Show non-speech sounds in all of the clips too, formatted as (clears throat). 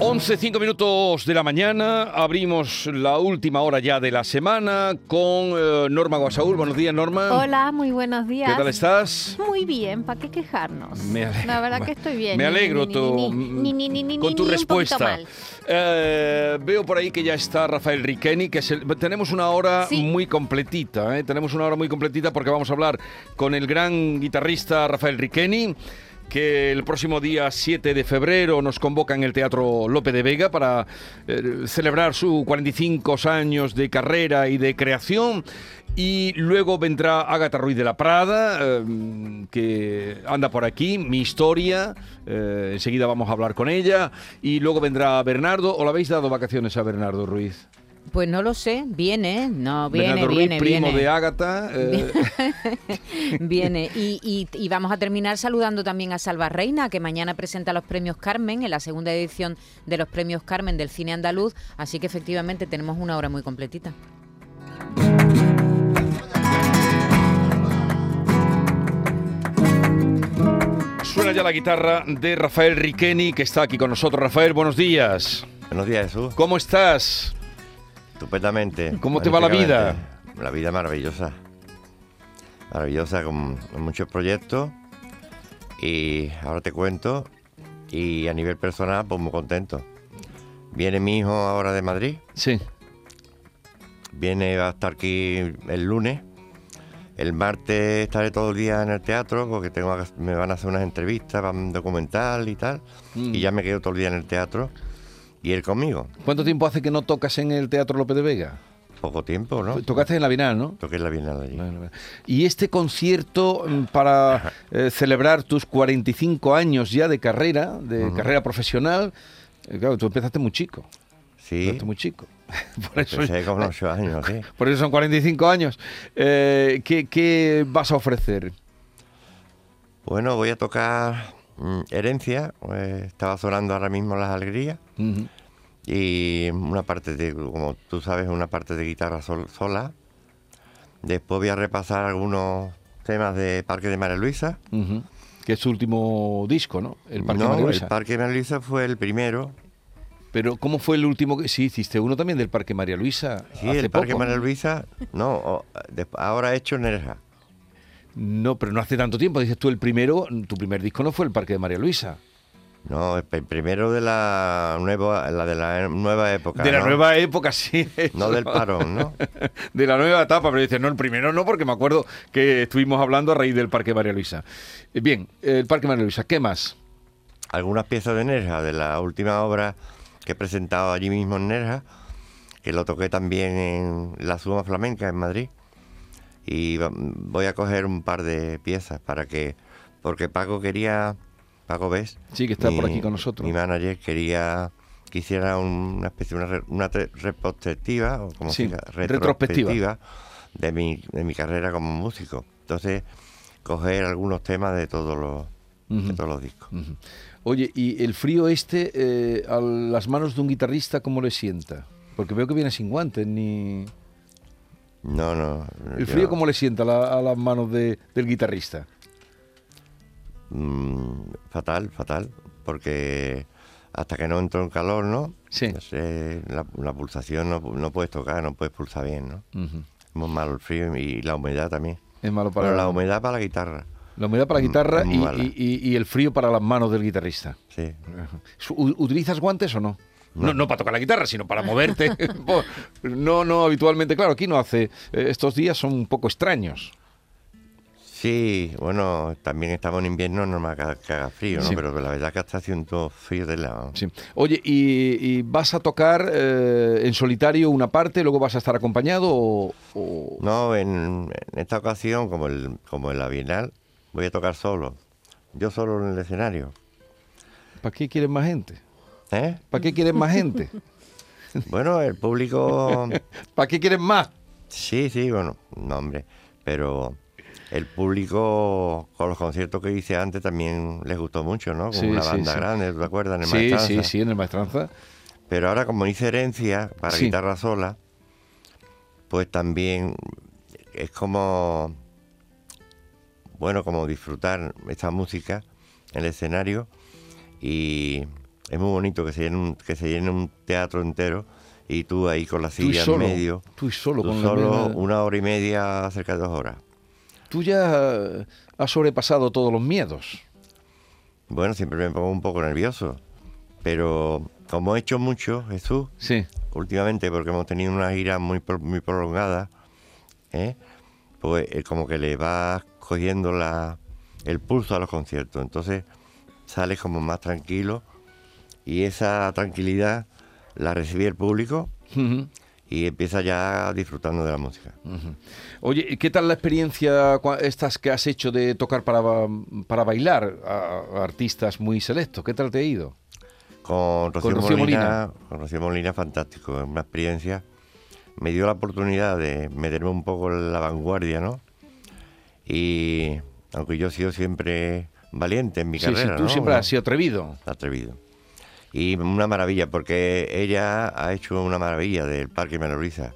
Once, cinco minutos de la mañana, abrimos la última hora ya de la semana con eh, Norma Guasaúl. Buenos días, Norma. Hola, muy buenos días. ¿Qué tal estás? Muy bien, ¿para qué quejarnos? Me alegro. La verdad que estoy bien. Me Ni, alegro ni, tu- ni, ni, ni, ni, ni, con tu ni un poquito respuesta. mal. Eh, veo por ahí que ya está Rafael Riqueni, que es el- tenemos una hora Sí. muy completita, ¿eh? tenemos una hora muy completita porque vamos a hablar con el gran guitarrista Rafael Riqueni que el próximo día 7 de febrero nos convoca en el Teatro Lope de Vega para eh, celebrar sus 45 años de carrera y de creación. Y luego vendrá Ágata Ruiz de la Prada, eh, que anda por aquí, mi historia. eh, enseguida vamos a hablar con ella. Y luego vendrá Bernardo. ¿O le habéis dado vacaciones a Bernardo Ruiz? Pues no lo sé, viene, no, viene, Bernardo Ruiz, viene, primo viene. de Ágata. eh, (laughs) Viene. Y, y- y vamos a terminar saludando también a Salva Reina, que mañana presenta los premios Carmen, en la segunda edición de los premios Carmen del cine andaluz. Así que efectivamente tenemos una hora muy completita. suena ya la guitarra de Rafael Riqueni, que está aquí con nosotros. Rafael, buenos días. Buenos días, Jesús. ¿Cómo estás? Estupendamente. ¿Cómo te va la vida? magníficamente. La vida maravillosa. Maravillosa con con muchos proyectos. Y ahora te cuento. Y a nivel personal, pues muy contento. Viene mi hijo ahora de Madrid. Sí. Viene va a estar aquí el lunes. El martes estaré todo el día en el teatro porque tengo que- me van a hacer unas entrevistas, van un documental y tal. Mm. Y ya me quedo todo el día en el teatro. Y él conmigo. ¿Cuánto tiempo hace que no tocas en el Teatro López de Vega? Poco tiempo, ¿no? Tocaste en la Bienal, ¿no? Toqué la Bienal allí. Vale, vale. Y este concierto mm, para eh, celebrar tus 45 años ya de carrera, de carrera profesional, eh, claro, tú empezaste muy chico. Sí, Empezaste (laughs) muy chico. (laughs) Por eso, empecé con 8 años, sí. por eso son 45 años. Eh, ¿qué, qué vas a ofrecer? Bueno, voy a tocar mm, Herencia, eh, estaba sonando ahora mismo Las Alegrías, Ujú. y una parte de, como tú sabes, una parte de guitarra sol- sola. Después voy a repasar algunos temas de Parque de María Luisa. Ujú. Que es tu último disco, ¿no? El Parque no, María Luisa. el Parque de María Luisa fue el primero. Pero ¿cómo fue el último que sí hiciste uno también del Parque María Luisa? Sí, hace el Parque poco? María Luisa, no, o- desp- ahora he hecho Nerja. No, pero no hace tanto tiempo. Dices tú el primero, tu primer disco no fue el Parque de María Luisa. No, el el primero de la nueva, la de la nueva época. de la ¿no? nueva época, sí. No del parón, ¿no? (laughs) De la nueva etapa, pero dices, no, el primero no, porque me acuerdo que estuvimos hablando a raíz del Parque María Luisa. Eh, Bien, el Parque María Luisa, ¿qué más? algunas piezas de Nerja, de la última obra que he presentado allí mismo en Nerja, que lo toqué también en la Suma Flamenca en Madrid. Y va- voy a coger un par de piezas para que, porque Paco quería, Paco Ves, Sí, que está por aquí con nosotros. Mi manager quería que hiciera un- una especie de una, re- una tre- retrospectiva, o como Sí, se diga, retrospectiva. retrospectiva de mi, de mi carrera como músico. Entonces, coger algunos temas de todos los, de Ujú. todos los discos. Ujú. Oye, ¿y el frío este eh, a las manos de un guitarrista cómo le sienta? Porque veo que viene sin guantes, ni... No, no. ¿El yo- frío cómo le sienta a la- a las manos de- del guitarrista? Mm, fatal, fatal. Porque hasta que no entró en calor, ¿no? Sí. No sé, la, la pulsación no, no puedes tocar, no puedes pulsar bien, ¿no? Ujú. Es muy malo el frío y, y la humedad también. Es malo para Pero la humedad para la guitarra, la humedad para la guitarra Mm, y, mala. y- y- y el frío para las manos del guitarrista. sí. Su- u- ¿Utilizas guantes o no? No, no para tocar la guitarra, sino para (laughs) moverte. (laughs) Por- no, no, habitualmente, claro, aquí no hace. eh, Estos días son un poco extraños. Sí, bueno, también estamos en invierno, no me haga que haga frío, ¿no? Sí. Pero la verdad que está haciendo frío de lado. Sí. Oye, ¿y, y vas a tocar eh, en solitario una parte, luego vas a estar acompañado o...? o- No, en, en esta ocasión, como, el, como en la Bienal, voy a tocar solo. Yo solo en el escenario. ¿Para qué quieren más gente? ¿Eh? ¿Para qué quieren más (laughs) gente? Bueno, el público ¿Para qué quieren más? Sí, sí, bueno, no, hombre, pero el público con los conciertos que hice antes también les gustó mucho, ¿no? Con Sí, una sí, banda sí. grande, ¿te acuerdas? En el Sí, Maestranza. sí, sí, en el Maestranza. Pero ahora como hice herencia para Sí. guitarra sola, pues también es como, bueno, como disfrutar esta música en el escenario y es muy bonito que se llene un, que se llene un teatro entero y tú ahí con la Tú y silla en solo. medio, Tú y solo. tú con la solo misma- una hora y media, cerca de dos horas. Tú ya eh, has sobrepasado todos los miedos. Bueno, siempre me pongo un poco nervioso, pero como he hecho mucho, Jesús, Sí. últimamente porque hemos tenido una gira muy, pro- muy prolongada, ¿eh? pues eh, como que le vas cogiendo la, el pulso a los conciertos. Entonces sales como más tranquilo y esa tranquilidad la recibe el público Ujú. y empieza ya disfrutando de la música. Oye, ¿qué tal la experiencia cua- estas que has hecho de tocar para, ba- para bailar a, a artistas muy selectos? ¿Qué tal te ha ido? Con Rocío, Con Rocío Molina, Con Rocío Molina, fantástico, es una experiencia. Me dio la oportunidad de meterme un poco en la vanguardia, ¿no? Y aunque yo he sido siempre valiente en mi Sí, sí, carrera, tú ¿no? siempre Bueno, has sido atrevido. atrevido. Y una maravilla, porque ella ha hecho una maravilla del Parque Meloriza.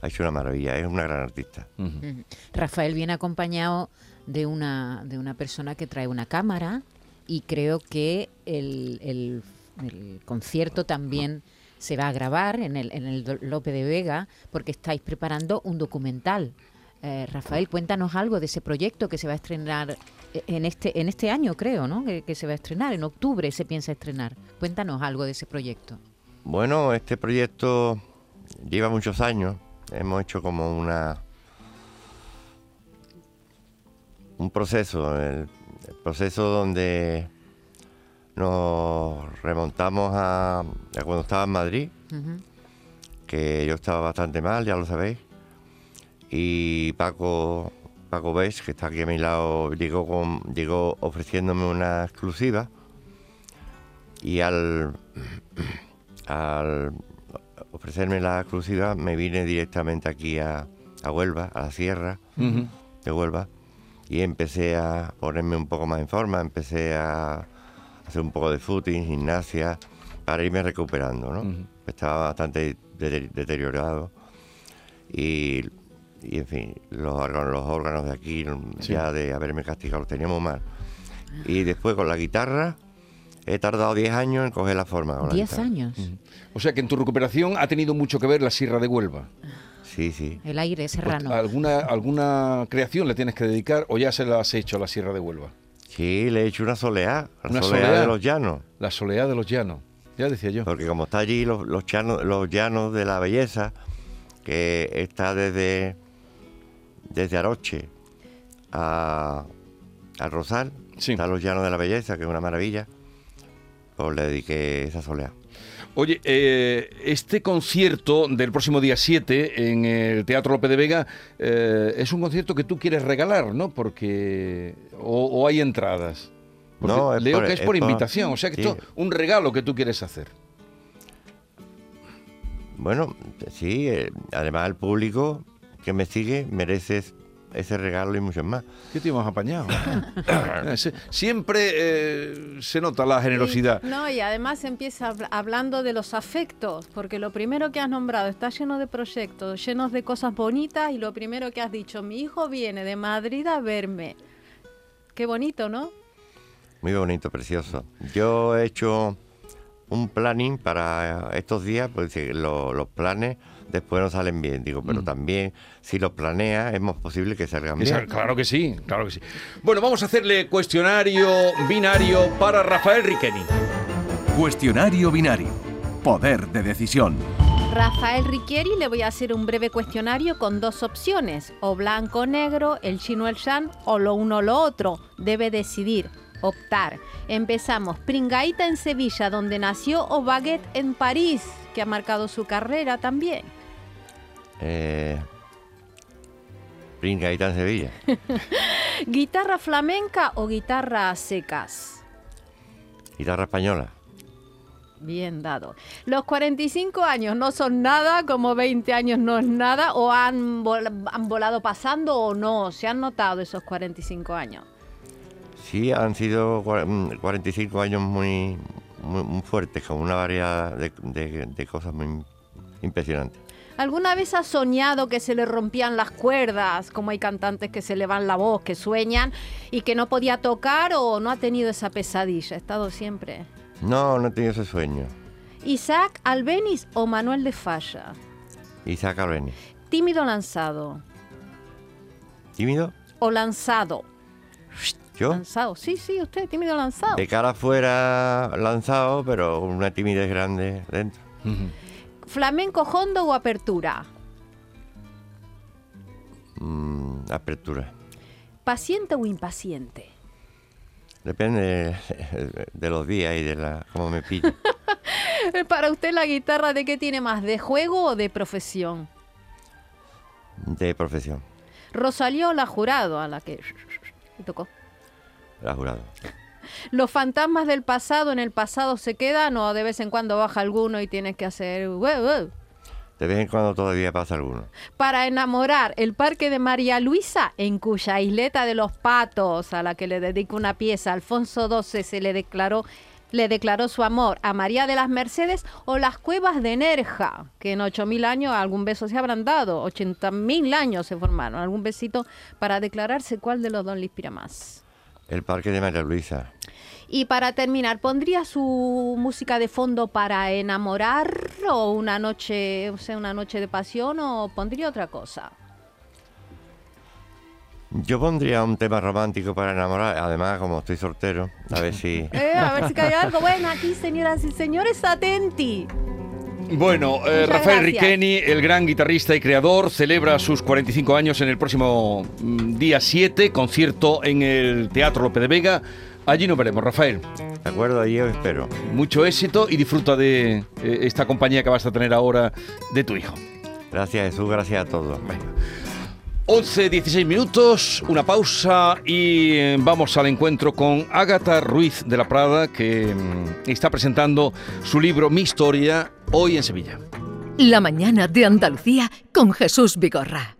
Ha hecho una maravilla, es una gran artista. Ujú. Rafael viene acompañado de una, de una persona que trae una cámara y creo que el, el- el concierto también se va a grabar en el, en el Do- Lope de Vega porque estáis preparando un documental. Eh, Rafael, cuéntanos algo de ese proyecto que se va a estrenar e- en este, en este año, creo, ¿no? Que, que se va a estrenar, en octubre se piensa estrenar. Cuéntanos algo de ese proyecto. Bueno, este proyecto lleva muchos años. Hemos hecho como una un proceso, el, el proceso donde nos remontamos a, a cuando estaba en Madrid, Ujú. que yo estaba bastante mal, ya lo sabéis. Y Paco Paco Bes, que está aquí a mi lado, llegó con, llegó ofreciéndome una exclusiva. Y al (clears throat) al ofrecerme la exclusiva me vine directamente aquí a, a Huelva, a la sierra Ujú. de Huelva, y empecé a ponerme un poco más en forma, empecé a hacer un poco de footing, gimnasia, para irme recuperando, ¿no? Ujú. Estaba bastante dete- deteriorado y, y, en fin, los órganos, los órganos de aquí, Sí. ya de haberme castigado, los teníamos mal. Y después con la guitarra, he tardado 10 años en coger la forma. con la Diez guitarra. años. O sea que en tu recuperación ha tenido mucho que ver la Sierra de Huelva. Sí, sí. El aire Pues, serrano. ¿Alguna, ¿Alguna creación le tienes que dedicar o ya se la has hecho a la Sierra de Huelva? Sí, le he hecho una soleá, la Una soleá, soleá. de los llanos. La soledad de los llanos. Ya decía yo. Porque como está allí los, los, llanos, los llanos de la belleza, que está desde, desde Aroche a, a Rosal, Sí. están los llanos de la belleza, que es una maravilla, pues le dediqué esa soleá. Oye, eh, este concierto del próximo día 7 en el Teatro Lope de Vega eh, es un concierto que tú quieres regalar, ¿no? Porque. O, o hay entradas. Porque No, es leo por- que es es por por- invitación, o sea que sí. esto es un regalo que tú quieres hacer. Bueno, sí, eh, además el público que me sigue merece ese regalo y muchos más. ¿Qué te hemos (laughs) apañado? Se- Siempre eh, se nota la generosidad. Y- no, y además empieza habl- hablando de los afectos, porque lo primero que has nombrado está lleno de proyectos, llenos de cosas bonitas, y lo primero que has dicho, mi hijo viene de Madrid a verme. Qué bonito, ¿no? Muy bonito, precioso. Yo he hecho un planning para estos días, pues si lo- los planes después no salen bien, digo, pero también si los planeas es más posible que salgan bien. Esa- claro que sí, claro que sí. Bueno, vamos a hacerle cuestionario binario para Rafael Riqueni. Cuestionario binario. Poder de decisión. Rafael Riquieri le voy a hacer un breve cuestionario con dos opciones, o blanco o negro, el chino el yan, o lo uno o lo otro. Debe decidir, optar. Empezamos, Pringaita en Sevilla, donde nació, o Baguette en París, que ha marcado su carrera también. Eh, Pringa, ahí está en Sevilla. Guitarra flamenca o guitarra a secas. Guitarra española. Bien dado. Los 45 años no son nada, como 20 años no es nada, o han, vol- han volado pasando o no. ¿Se han notado esos 45 años? Sí, han sido cua- mm, 45 años muy, muy, muy fuertes, con una variedad de, de- de cosas muy impresionantes. ¿Alguna vez has soñado que se le rompían las cuerdas, como hay cantantes que se le van la voz, que sueñan y que no podía tocar o no ha tenido esa pesadilla? Ha estado siempre. No, no he tenido ese sueño. Isaac Albeniz o Manuel de Falla. Isaac Albeniz. Tímido lanzado. ¿Tímido? O lanzado. ¿Yo? Eh. Lanzado. Sí, sí, usted, tímido lanzado. De cara afuera lanzado, pero una timidez grande dentro. Flamenco hondo o apertura. Mm, apertura. Paciente o impaciente. (laughs) Depende de los días y de la, cómo me pille. Para usted la guitarra de qué tiene más, de juego o de profesión. De profesión, Rosalía o la jurado a la que (laughs) le tocó. la jurado. Los fantasmas del pasado en el pasado se quedan o de vez en cuando baja alguno y tienes que hacer... "Ué, ué"? De vez en cuando todavía pasa alguno. Para enamorar el parque de María Luisa, en cuya isleta de los patos, a la que le dedica una pieza, Alfonso XII se le declaró, le declaró su amor a María de las Mercedes o las cuevas de Nerja, que en 8.000 años algún beso se habrán dado, 80.000 años se formaron, algún besito para declararse cuál de los dos le inspira más. El parque de María Luisa. Y para terminar, ¿pondría su música de fondo para enamorar o una noche, o sea, una noche de pasión o pondría otra cosa? Yo pondría un tema romántico para enamorar. Además, como estoy soltero, a ver si... Eh, a ver si cae algo. Bueno, aquí, señoras y señores, atenti. Bueno, eh, Rafael Muchas gracias. Riqueni, el gran guitarrista y creador, celebra sus 45 años en el próximo mm, día 7, concierto en el Teatro Lope de Vega. Allí nos veremos, Rafael. De acuerdo, ahí os espero. Mucho éxito y disfruta de eh, esta compañía que vas a tener ahora de tu hijo. Gracias Jesús, gracias a todos. 11, 16 minutos, una pausa y eh, vamos al encuentro con Ágata Ruiz de la Prada, que mm, está presentando su libro Mi Historia hoy en Sevilla. La mañana de Andalucía con Jesús Vigorra.